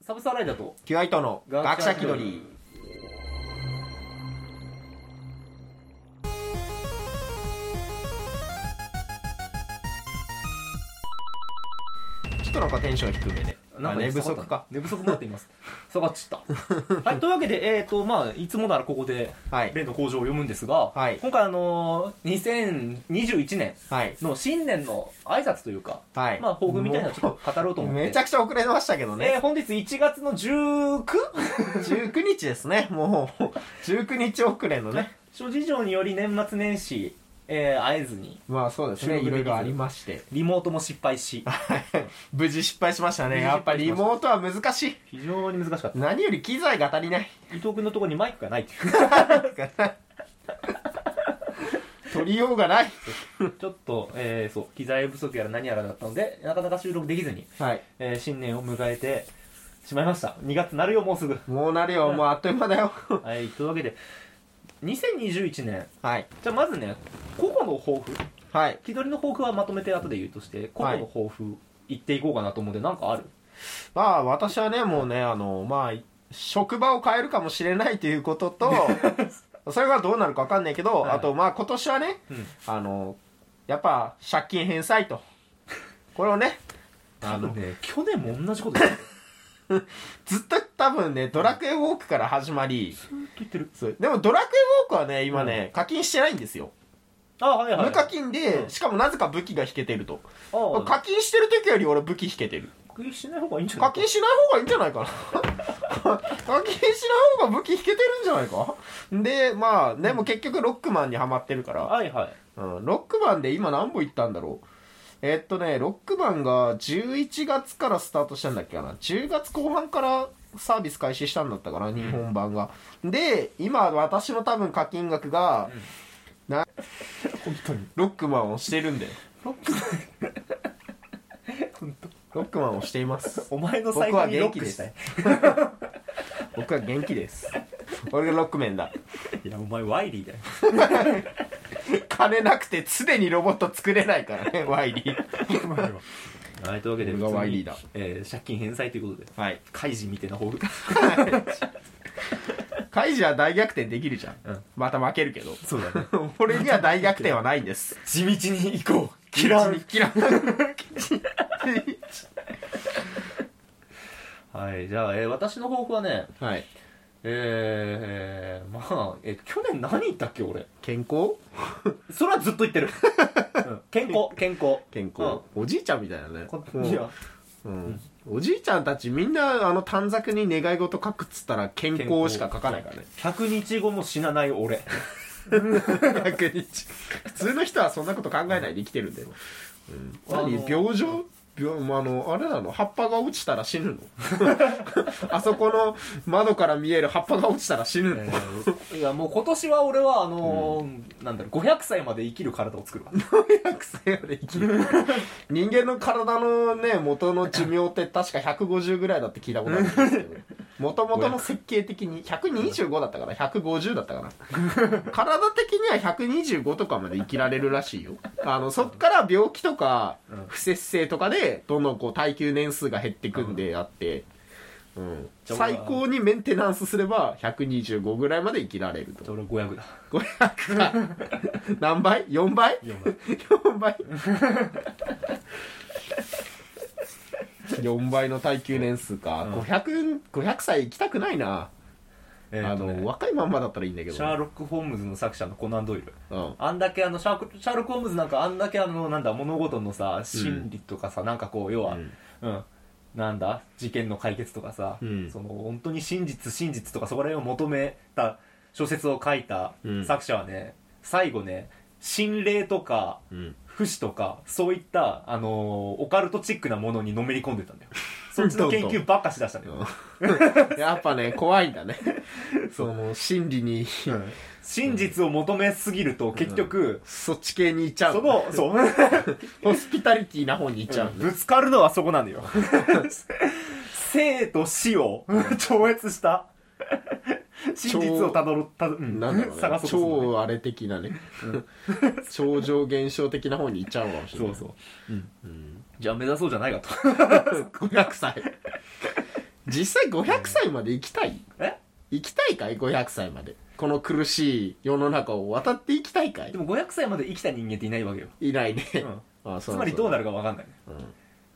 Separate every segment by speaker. Speaker 1: サブサーライダーと
Speaker 2: キュアイトの学者気取り。ちょっとなんかテンション低めで。
Speaker 1: なんかね
Speaker 2: あ寝不足か。
Speaker 1: 寝不足になっています 下がっちゃったはいというわけでえっ、とまあいつもならここで
Speaker 2: はい
Speaker 1: 例の工場を読むんですが、
Speaker 2: はい
Speaker 1: 今回あのー、2021年
Speaker 2: はい。
Speaker 1: の新年の挨拶というか、
Speaker 2: はい。
Speaker 1: まあ抱負みたいなのをちょっと語ろうと
Speaker 2: もう
Speaker 1: 思って
Speaker 2: めちゃくちゃ遅れましたけど
Speaker 1: えー
Speaker 2: ね。
Speaker 1: 本日1月の 19?
Speaker 2: 19日ですね。もう、19日遅れのね。
Speaker 1: 諸事情により年末年始、えー会えずに
Speaker 2: まあそうですね。
Speaker 1: 収録でき
Speaker 2: いろ
Speaker 1: ず
Speaker 2: いろありまして。
Speaker 1: リモートも失敗し
Speaker 2: 無事失敗しました
Speaker 1: 無
Speaker 2: ね。
Speaker 1: 事
Speaker 2: や
Speaker 1: 失
Speaker 2: っぱ
Speaker 1: 敗しました
Speaker 2: リモートは難しい。
Speaker 1: 非常に難しかっ
Speaker 2: 何より機材が足り ない。
Speaker 1: た伊藤君のところにマイクがないっていう
Speaker 2: 取りようがない。
Speaker 1: ちょっと、えーそう機材不足やら何やらだったのでなかなか収録できずに、
Speaker 2: はい。
Speaker 1: えー新年を迎えてしまいました2月なるよもうすぐ
Speaker 2: もうなるよ。もうあっという間だよ。
Speaker 1: はいというわけで2021年
Speaker 2: はい。
Speaker 1: じゃあまずね個々の抱負
Speaker 2: はい。
Speaker 1: 気取りの抱負はまとめて後で言うとして個々の抱負言っていこうかなと思うんでなんかある
Speaker 2: まあ私はね、もうね、あの、まあ、職場を変えるかもしれないということ と、それがどうなるかわかんないけど、
Speaker 1: はい
Speaker 2: あとまあ今年はね、
Speaker 1: うん
Speaker 2: あの、やっぱ借金返済と。これをね、あ
Speaker 1: あの
Speaker 2: の、
Speaker 1: ね去年も同じこと言ってる
Speaker 2: ずっと多分ね、ドラクエウォークから始まり、
Speaker 1: ずーっと言ってる
Speaker 2: そうでもドラクエウォークはね、今ね、課金してないんですよ。
Speaker 1: あはいはい
Speaker 2: 無課金
Speaker 1: う
Speaker 2: で、
Speaker 1: ん
Speaker 2: しかもなぜか武器が引けてると。
Speaker 1: あ
Speaker 2: 課金してる時より俺武器引けてる。
Speaker 1: 課金しない方がいいんじゃない
Speaker 2: 課金しない方がいいんじゃないかな 課金しない方が武器引けてるんじゃないかでまあでも結局ロックマンにはまってるから、
Speaker 1: はいはい
Speaker 2: うん、ロックマンで今何本いったんだろうえーっとねロックマンが11月からスタートしたんだっけかな10月後半からサービス開始したんだったかな日本版が、で今私の多分課金額が
Speaker 1: 本当に
Speaker 2: ロックマンをしてるんだよ
Speaker 1: ロック本当
Speaker 2: ロックマンをしています
Speaker 1: お前の財
Speaker 2: 僕は
Speaker 1: 布にロ
Speaker 2: 元
Speaker 1: ッ
Speaker 2: 気
Speaker 1: ク
Speaker 2: で
Speaker 1: し
Speaker 2: す
Speaker 1: たい
Speaker 2: 僕は元気です俺がロックメンだ
Speaker 1: いやお前ワイリーだよ
Speaker 2: 金なくて常にロボット作れないから ねワイリー
Speaker 1: はいというわけで
Speaker 2: 俺がワイリーだ
Speaker 1: 普通にえー借金返済ということで
Speaker 2: はい
Speaker 1: 開示みたいな方が
Speaker 2: カイジは大逆転できるじゃん、
Speaker 1: うん
Speaker 2: また負けるけ ど
Speaker 1: そうだね
Speaker 2: 俺には大逆転はないんです
Speaker 1: 地道に行こう嫌う
Speaker 2: 嫌う
Speaker 1: はいじゃあ、えー私の 抱負はね
Speaker 2: はい
Speaker 1: えー、まあ、えー去年何言ったっけ俺
Speaker 2: 健康
Speaker 1: それはずっと言 ってる、うん健康健康
Speaker 2: 健康、おじいちゃんみたいだね
Speaker 1: こ
Speaker 2: もう
Speaker 1: いや
Speaker 2: うんおじいちゃんたちみんなあの短冊に願い事書くっつったら健康しか書かないからね
Speaker 1: 100日後も死なない俺
Speaker 2: 100日普通の人はそんなこと考えないで生きてるんだよ、うん、何
Speaker 1: あの
Speaker 2: 病状病まああのあれなの葉っぱが落ちたら死ぬの あそこの窓から見える葉っぱが落ちたら死ぬの、
Speaker 1: え ーいやもう今年は俺はあのーなんだろう500歳まで生きる体を作 るわ
Speaker 2: 癖ができる 人間の体のね元の寿命って確か150ぐらいだって聞いたことあるんですけど もともとの設計的に125だったから150だっ たかな体的には125とかまで生きられるらしいよあのそっから病気とか
Speaker 1: うん
Speaker 2: 不節制とかでどんどんこう耐久年数が減ってくんであって、うん、
Speaker 1: じゃあ
Speaker 2: 最高にメンテナンスすれば125ぐらいまで生きられる
Speaker 1: じゃ
Speaker 2: と
Speaker 1: あ俺500だ
Speaker 2: 500か何倍 ?4 倍
Speaker 1: 4
Speaker 2: 4倍4倍の耐久年数か、
Speaker 1: うん
Speaker 2: 500, 500歳生きたくないな、
Speaker 1: え
Speaker 2: あ
Speaker 1: ーとね
Speaker 2: の若いまんまだったらいいんだけ
Speaker 1: シ
Speaker 2: ど
Speaker 1: ャー
Speaker 2: ね、
Speaker 1: ロック・ホームズの作者のコナン・ドイル
Speaker 2: うん、
Speaker 1: あんだけあのシャークシャーロック・ホームズなんかあんだけあのなんだ物事のさ心理とかさ、なんかこう要は、
Speaker 2: うん
Speaker 1: うんなんだ事件の解決とかさ、
Speaker 2: うん
Speaker 1: その本当に真実真実とかそこら辺を求めた小説を書いた
Speaker 2: うん
Speaker 1: 作者はね、最後ね心霊とか
Speaker 2: うん
Speaker 1: 不死とかそういった、あのーオカルトチックなものにのめり込んで たんだよそっちの研究ばっかしだしたのよ、
Speaker 2: やっぱね怖い んだねその心理に
Speaker 1: うん真実を求めすぎると結局、
Speaker 2: そっち系に行っちゃう
Speaker 1: そのそう
Speaker 2: ホスピタリティな方に行っちゃう、
Speaker 1: ぶつかるのはそこなのよ生と死を超越した真実をたどるたど、うん
Speaker 2: なんだろうね
Speaker 1: 探そうとするのね
Speaker 2: 超あれ的なね、 超常現象的な方に行っちゃうかもしれ
Speaker 1: そ
Speaker 2: な
Speaker 1: う
Speaker 2: い
Speaker 1: そう
Speaker 2: うん
Speaker 1: じゃあ目指そうじゃないかと
Speaker 2: 500歳実際500歳まで生きたい
Speaker 1: え
Speaker 2: 生きたいかい500歳までこの苦しい世の中を渡って生きたいかい
Speaker 1: でも500歳まで生きた人間っていないわけよ、
Speaker 2: いないね、
Speaker 1: うん、
Speaker 2: あ
Speaker 1: つ
Speaker 2: そう
Speaker 1: まりどうなるか分かんないね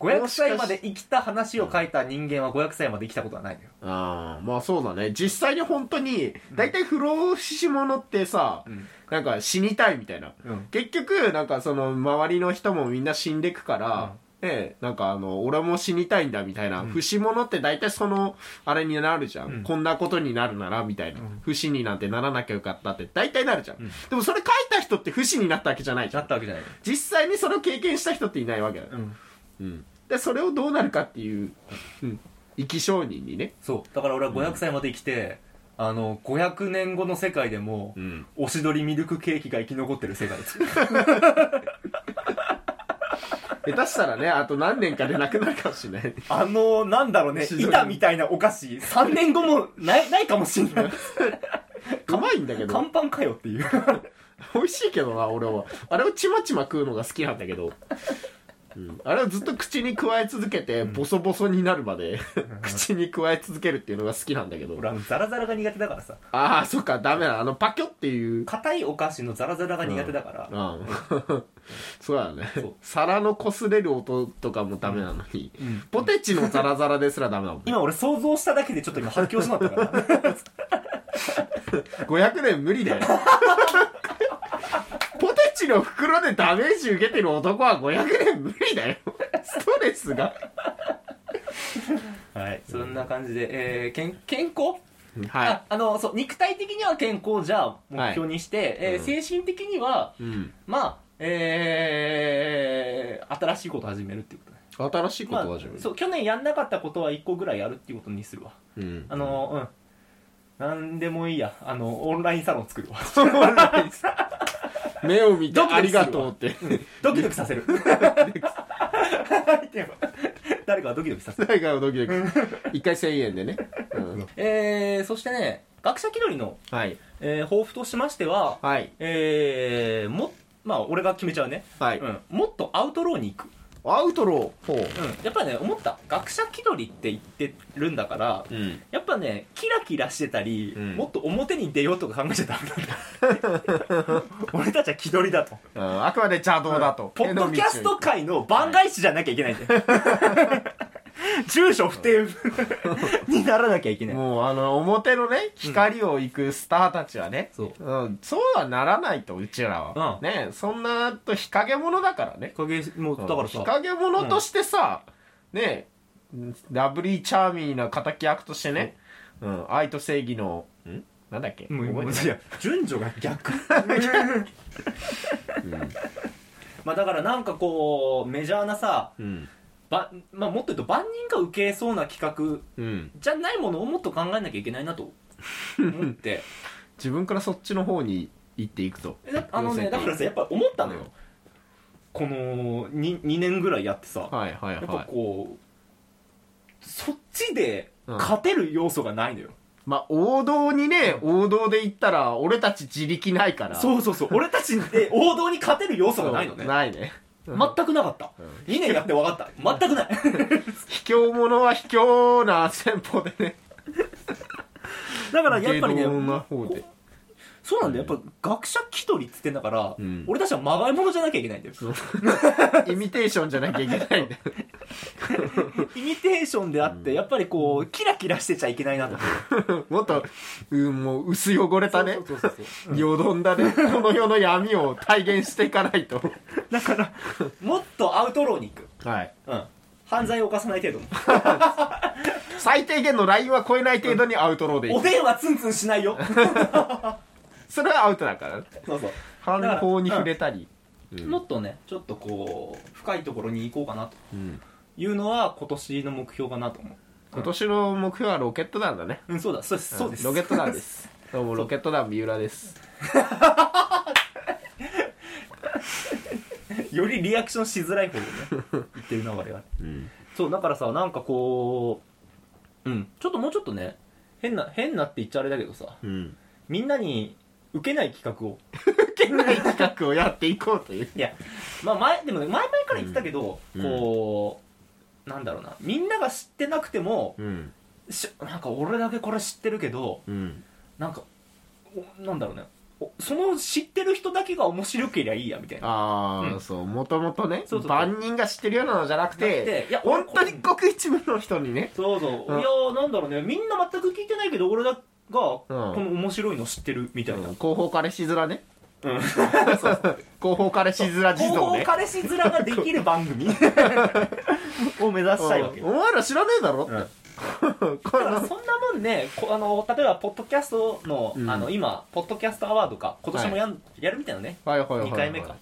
Speaker 1: 500歳まで生きた話を書いた人間は500歳まで生きたことはないのよ、
Speaker 2: ああまあそうだね実際に本当に大体不老不死者ってさ、
Speaker 1: うん
Speaker 2: なんか死にたいみたいな
Speaker 1: うん、
Speaker 2: 結局なんかその周りの人もみんな死んでくから、ねなんかあの俺も死にたいんだみたいな、
Speaker 1: うん
Speaker 2: 不死者って大体そのあれになるじゃん、
Speaker 1: うん
Speaker 2: こんなことになるならみたいな、
Speaker 1: うん
Speaker 2: 不死になんてならなきゃよかったって大体なるじゃん、
Speaker 1: うん
Speaker 2: でもそれ書いた人って不死になったわけじゃないじゃ
Speaker 1: なんったわけじゃないよ、
Speaker 2: 実際にそれを経験した人っていないわけだよ、
Speaker 1: うん、
Speaker 2: うん、でそれをどうなるかっていう、うん、生き証人にね、
Speaker 1: そうだから俺は500歳まで生きて、あの500年後の世界でも、
Speaker 2: ん、
Speaker 1: おしどりミルクケーキが生き残ってる世界です
Speaker 2: 下手したらねあと何年かでなくなるかもしれ ない
Speaker 1: あのなんだろうね
Speaker 2: おしどり
Speaker 1: 板みたいなお菓子3年後もないないかもしれない
Speaker 2: うまいんだけど
Speaker 1: 乾パンかよっていう
Speaker 2: 美味しいけどな俺はあれをちまちま食うのが好きなんだけど、うん、あれをずっと口に加え続けてボソボソになるまで口に加え続けるっていうのが好きなんだけど
Speaker 1: 俺あのザラザラが苦手だからさ
Speaker 2: ああそっかダメだあのパキョっていう
Speaker 1: 硬いお菓子のザラザラが苦手だから、
Speaker 2: うん そうだね
Speaker 1: そう
Speaker 2: 皿の擦れる音とかもダメなのに、
Speaker 1: うん
Speaker 2: ポテチのザラザラですらダメだもんね
Speaker 1: 今俺想像しただけでちょっと今発狂しまったから
Speaker 2: 500年無 理だよポテチの袋でダメージ受けてる男は500年無理だよストレスが
Speaker 1: はいそんな感じで、えー、けん健康
Speaker 2: はい
Speaker 1: ああのそう肉体的には健康じゃあ目標にして、えー
Speaker 2: うん
Speaker 1: 精神的には
Speaker 2: うん
Speaker 1: まあえー、新しいことを始めるっていうことね
Speaker 2: 新しいことを始め
Speaker 1: まあ、
Speaker 2: る、
Speaker 1: そう去年やんなかったことは1個ぐらいやるっていうことにするわ
Speaker 2: うん
Speaker 1: あのうんなんでもいいやあのオンラインサロン作るわ
Speaker 2: 目を見て
Speaker 1: ドキドキするわ
Speaker 2: ありがとうって
Speaker 1: ドキドキさせ る 誰かがドキドキさせる
Speaker 2: 誰かをドキドキ一回1000円でね、うん
Speaker 1: えー、そしてね学者気取りの、
Speaker 2: はい
Speaker 1: えー抱負としましては
Speaker 2: はい
Speaker 1: えー、もまあ俺が決めちゃうね、
Speaker 2: はい、
Speaker 1: うん、もっとアウトローに行く、
Speaker 2: アウトローほう
Speaker 1: うん、やっぱね思った学者気取りって言ってるんだから
Speaker 2: うん、
Speaker 1: やっぱねキラキラしてたり、
Speaker 2: うん
Speaker 1: もっと表に出ようとか考えちゃダメなんだ 俺たちは気取りだと
Speaker 2: あくまで邪道だと、
Speaker 1: ポッドキャスト界の番外誌じゃなきゃいけないんだよ住所不定にならなきゃいけない
Speaker 2: もうあの表のね光を行くスターたちはね、
Speaker 1: そう
Speaker 2: うん、そうはならないとうちらは、
Speaker 1: うん
Speaker 2: ねそんなと日陰者だからね
Speaker 1: 影もうだからさ、
Speaker 2: 日陰者としてさ、ねラブリーチャーミーな敵役としてね、うん、愛と正義のんなんだっけ
Speaker 1: もうもう
Speaker 2: 覚え
Speaker 1: いや順序が逆
Speaker 2: てない
Speaker 1: まあだからなんかこうメジャーなさ
Speaker 2: うん
Speaker 1: ば、まあ、もっと言うと万人が受けそうな企画
Speaker 2: うん、うん、
Speaker 1: じゃないものをもっと考えなきゃいけないなと思って
Speaker 2: 自分からそっちの方に行っていくと
Speaker 1: えだあのねだからさやっぱ思ったのよ、この 2, 2年ぐらいやってさ、
Speaker 2: はいはい
Speaker 1: やっぱ
Speaker 2: はい
Speaker 1: こう、そっちで
Speaker 2: うん
Speaker 1: 勝てる要素がないのよ、
Speaker 2: まあ王道にね王道で行ったら俺たち自力ないから
Speaker 1: そうそうそう俺たち で王道に勝てる要素
Speaker 2: そ
Speaker 1: が
Speaker 2: う
Speaker 1: ないのね
Speaker 2: ないね
Speaker 1: 全くなかった、
Speaker 2: うん
Speaker 1: 2年やって分かった全くない
Speaker 2: 卑怯者は卑怯な戦法で ね
Speaker 1: だからやっぱりね
Speaker 2: 芸能な方で
Speaker 1: こそうなんだよやっぱ学者気取りっつってんだから、
Speaker 2: うん
Speaker 1: 俺たちはまがいものじゃなきゃいけないんだよ
Speaker 2: イミテーションじゃなきゃいけないんだよ
Speaker 1: イミテーションであって、やっぱりこうキラキラしてちゃいけないなと
Speaker 2: もっと、うん、もう薄汚れたね
Speaker 1: そうそうそうそう
Speaker 2: よどん だねこの世の闇を体現していかないと
Speaker 1: だからもっとアウトローに行く、
Speaker 2: はい
Speaker 1: うん、犯罪を犯さない程度
Speaker 2: 最低限のラインは超えない程度にアウトローでい
Speaker 1: お
Speaker 2: く
Speaker 1: でんはツンツンしない よ
Speaker 2: それはアウトだからね
Speaker 1: そうそう
Speaker 2: 犯法に触れたりうん
Speaker 1: もっとねちょっとこう深いところに行こうかなと
Speaker 2: うん
Speaker 1: いうのは今年の目標かなと思う
Speaker 2: 今年の目標はロケット団だね
Speaker 1: うんそうだそうですそうです
Speaker 2: ロケット団ですどうもロケット団三浦です
Speaker 1: よりリアクションしづらい 方でね言ってるな我々
Speaker 2: うん
Speaker 1: そうだからさなんかこううんちょっともうちょっとね変な変なって言っちゃあれだけどさ
Speaker 2: うん
Speaker 1: みんなに受けない企画を
Speaker 2: 受けない企画をやっていこうという
Speaker 1: いやまあ前でもね前々から言ってたけど、
Speaker 2: うん
Speaker 1: こうなんだろうなみんなが知ってなくても
Speaker 2: うん
Speaker 1: しなんか俺だけこれ知ってるけど
Speaker 2: うん
Speaker 1: なんかおなんだろうねおその知ってる人だけが面白けりゃいいやみたいな
Speaker 2: ああ、
Speaker 1: うん
Speaker 2: そうもともとね
Speaker 1: そうそうそう
Speaker 2: 万人が知ってるようなのじゃなく
Speaker 1: だってていや
Speaker 2: 本当にごく一部の人にね
Speaker 1: そうそう、
Speaker 2: うん
Speaker 1: いやーなんだろうねみんな全く聞いてないけど俺だがこ
Speaker 2: うん
Speaker 1: の面白いの知ってるみたいな、
Speaker 2: 後方彼氏面ね
Speaker 1: うん、
Speaker 2: 後方彼氏面地
Speaker 1: 広
Speaker 2: 蔵
Speaker 1: 報
Speaker 2: ね
Speaker 1: 彼氏面ができる番組を目指したいわけ
Speaker 2: うんお前ら知らねえだろ
Speaker 1: うん
Speaker 2: って こ
Speaker 1: だから
Speaker 2: の
Speaker 1: そんなもんねこあの例えばポッドキャストの,、
Speaker 2: うん
Speaker 1: あの今ポッドキャストアワードか今年もやん、やるみたいなね
Speaker 2: はいはいはいはい
Speaker 1: 2回目か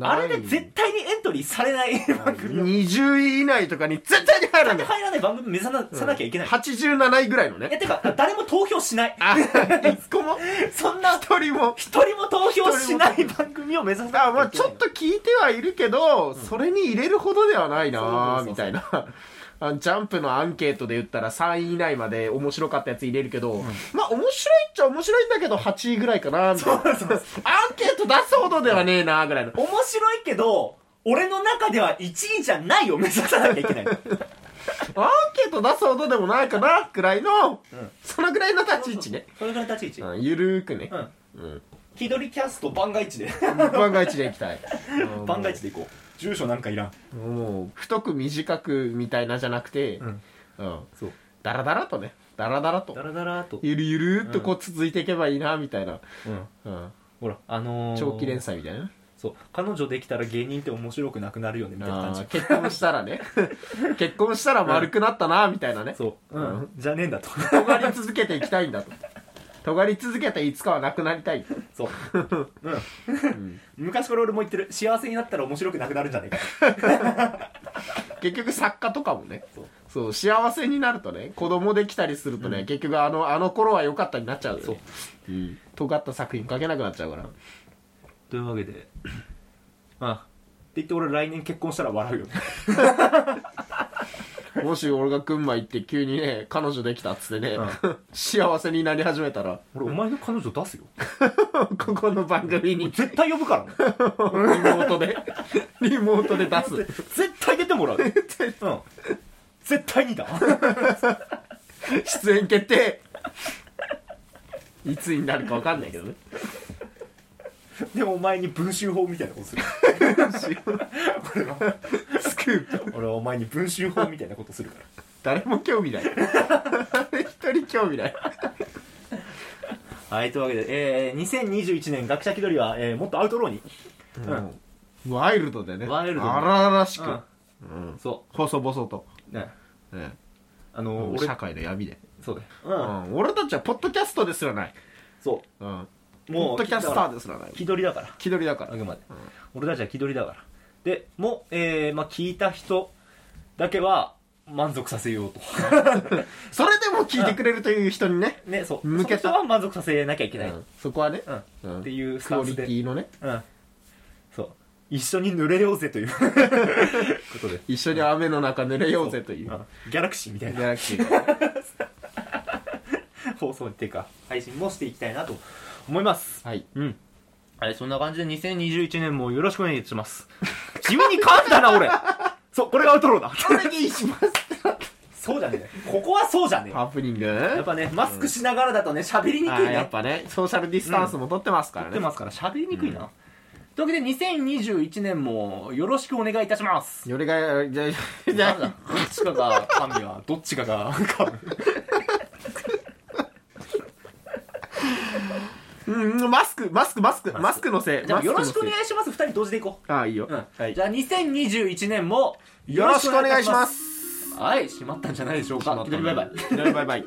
Speaker 1: あれで絶対にエントリーされない 番組を
Speaker 2: 20位以内とかに絶対に入らない
Speaker 1: 入らない番組目指さなきゃいけない、
Speaker 2: 87位ぐらいの
Speaker 1: え
Speaker 2: ね
Speaker 1: てか誰も投票しない
Speaker 2: あ一個も
Speaker 1: そんな
Speaker 2: 一人も
Speaker 1: 一人も投票しない番組を目指さなきゃい
Speaker 2: あ
Speaker 1: けな
Speaker 2: ま
Speaker 1: い
Speaker 2: あちょっと聞いてはいるけど、それに入れるほどではないな
Speaker 1: そうそうそうそう
Speaker 2: みたいなあのジャンプのアンケートで言ったら3位以内まで面白かったやつ入れるけど、まあ面白いっちゃ面白いんだけど8位ぐらいかなみたいな
Speaker 1: そうそうそう
Speaker 2: アンケート出すほどではねえなぐらいの
Speaker 1: 面白いけど俺の中では1位じゃないを目指さなきゃいけない
Speaker 2: アンケート出すほどでもないかなくらいの、
Speaker 1: うん
Speaker 2: そのぐらいの立ち位置ね、
Speaker 1: それぐらいの立ち位置
Speaker 2: うん、ゆるーくね
Speaker 1: う、ん
Speaker 2: うん、
Speaker 1: 気取りキャスト番外地で
Speaker 2: 万が一で行きたい
Speaker 1: 番外地で行こう住所なんかいらん
Speaker 2: もう太く短くみたいなじゃなくて
Speaker 1: うん
Speaker 2: うん
Speaker 1: そう
Speaker 2: ダラダラとねダラダラと
Speaker 1: ダラダラーと、
Speaker 2: ゆるゆるーっとこう続いていけばいいなみたいな、うん、
Speaker 1: ほらあのー、
Speaker 2: 長期連載みたいな
Speaker 1: そう彼女できたら芸人って面白くなくなるよねみたいな感
Speaker 2: あー
Speaker 1: じ
Speaker 2: 結婚したらね 結婚したら丸くなったなみたいなね
Speaker 1: そう、
Speaker 2: うん
Speaker 1: じゃねえん だと
Speaker 2: 尖り続けていきたいんだと尖り続けていつかはなくなりたい
Speaker 1: そう、うん、昔から俺も言ってる幸せになったら面白くなくなるんじゃないか
Speaker 2: 結局作家とかもね
Speaker 1: そう
Speaker 2: そう幸せになるとね子供できたりするとね、結局あのあの頃は良かったになっちゃうよねうん、尖った作品書けなくなっちゃうから
Speaker 1: というわけで あって言って俺来年結婚したら笑う よね
Speaker 2: もし俺が群馬行って急にね彼女できたっつってね、
Speaker 1: う
Speaker 2: 幸せになり始めたら
Speaker 1: 俺お前の彼女出すよ
Speaker 2: ここの番組に
Speaker 1: 絶対呼ぶからね
Speaker 2: リモートで リモートで出す
Speaker 1: 絶対出て もらううん絶対にだ
Speaker 2: 出演決定いつになるか分かんないけどね
Speaker 1: でもお前に文春法みたいなことする俺は
Speaker 2: スクープ
Speaker 1: 俺はお前に文春法みたいなことするから
Speaker 2: 誰も興味ない誰一人興味ない
Speaker 1: はい、というわけで、えー、2021年学者気取りは、えー、もっとアウトローに、うん
Speaker 2: ワイルドでね
Speaker 1: ワイルドで
Speaker 2: 荒々しく、
Speaker 1: うん
Speaker 2: うん
Speaker 1: そ
Speaker 2: 細々と、
Speaker 1: うね
Speaker 2: ね、
Speaker 1: あのー
Speaker 2: もう
Speaker 1: 俺
Speaker 2: 社会の闇で、
Speaker 1: そうだよ
Speaker 2: う
Speaker 1: うん、
Speaker 2: ん、俺たちはポッドキャストですらない、
Speaker 1: そ
Speaker 2: うん、
Speaker 1: う
Speaker 2: ポ
Speaker 1: も
Speaker 2: ッ
Speaker 1: う
Speaker 2: ドキャスタ
Speaker 1: だか
Speaker 2: ーですらない
Speaker 1: ら気取りだから
Speaker 2: 気取りだか
Speaker 1: あ
Speaker 2: ら
Speaker 1: くまで、俺たちは気取りだからでもう、えーまあ、聞いた人だけは満足させようと
Speaker 2: それでも聞いてくれるという人にね、
Speaker 1: ねそう
Speaker 2: 向けた
Speaker 1: その人は満足させなきゃいけ
Speaker 2: う
Speaker 1: ない、
Speaker 2: ん、そこはね、
Speaker 1: うん
Speaker 2: うん
Speaker 1: っていうス
Speaker 2: ク
Speaker 1: タ
Speaker 2: オ
Speaker 1: ン
Speaker 2: リ
Speaker 1: ス
Speaker 2: テ
Speaker 1: で、
Speaker 2: ィのね
Speaker 1: うん、そう一緒に濡れようぜ ということで
Speaker 2: 一緒に雨の中濡れようぜという、
Speaker 1: うんギャラクシーみたい
Speaker 2: ギ
Speaker 1: な
Speaker 2: ャラクシーが
Speaker 1: 放送っていうか配信もしていきたいなと思います
Speaker 2: はい
Speaker 1: うんはいそんな感じで2021年もよろしくお願いします 自由に噛んだな俺そうこれがアウトローだ
Speaker 2: これにします
Speaker 1: そうじゃねえここはそうじゃねえ
Speaker 2: ハプニング
Speaker 1: や
Speaker 2: や
Speaker 1: っぱねマスクしながらだとね喋りにくい
Speaker 2: や
Speaker 1: ね
Speaker 2: っぱねソーシャルディスタンスも取ってますか
Speaker 1: や
Speaker 2: ら
Speaker 1: って
Speaker 2: ね、
Speaker 1: ますから喋りにくいな、というわけで2021年もよろしくお願いいたします
Speaker 2: よりがじゃじ
Speaker 1: なんだ
Speaker 2: ゃ
Speaker 1: どっちかが神はどっちか が噛む
Speaker 2: うんマスクマスクマスク
Speaker 1: マスク
Speaker 2: マスクのせい
Speaker 1: じゃあ
Speaker 2: マスク
Speaker 1: よ
Speaker 2: の
Speaker 1: ろ
Speaker 2: せ
Speaker 1: しくお願いします2人同時でいこ
Speaker 2: ああいいよ、
Speaker 1: う、うん
Speaker 2: はい
Speaker 1: じゃあ2021年も
Speaker 2: よろしくお願いします
Speaker 1: はい、閉まったんじゃないでしょうか。
Speaker 2: バイバイ
Speaker 1: イ。
Speaker 2: バイバイ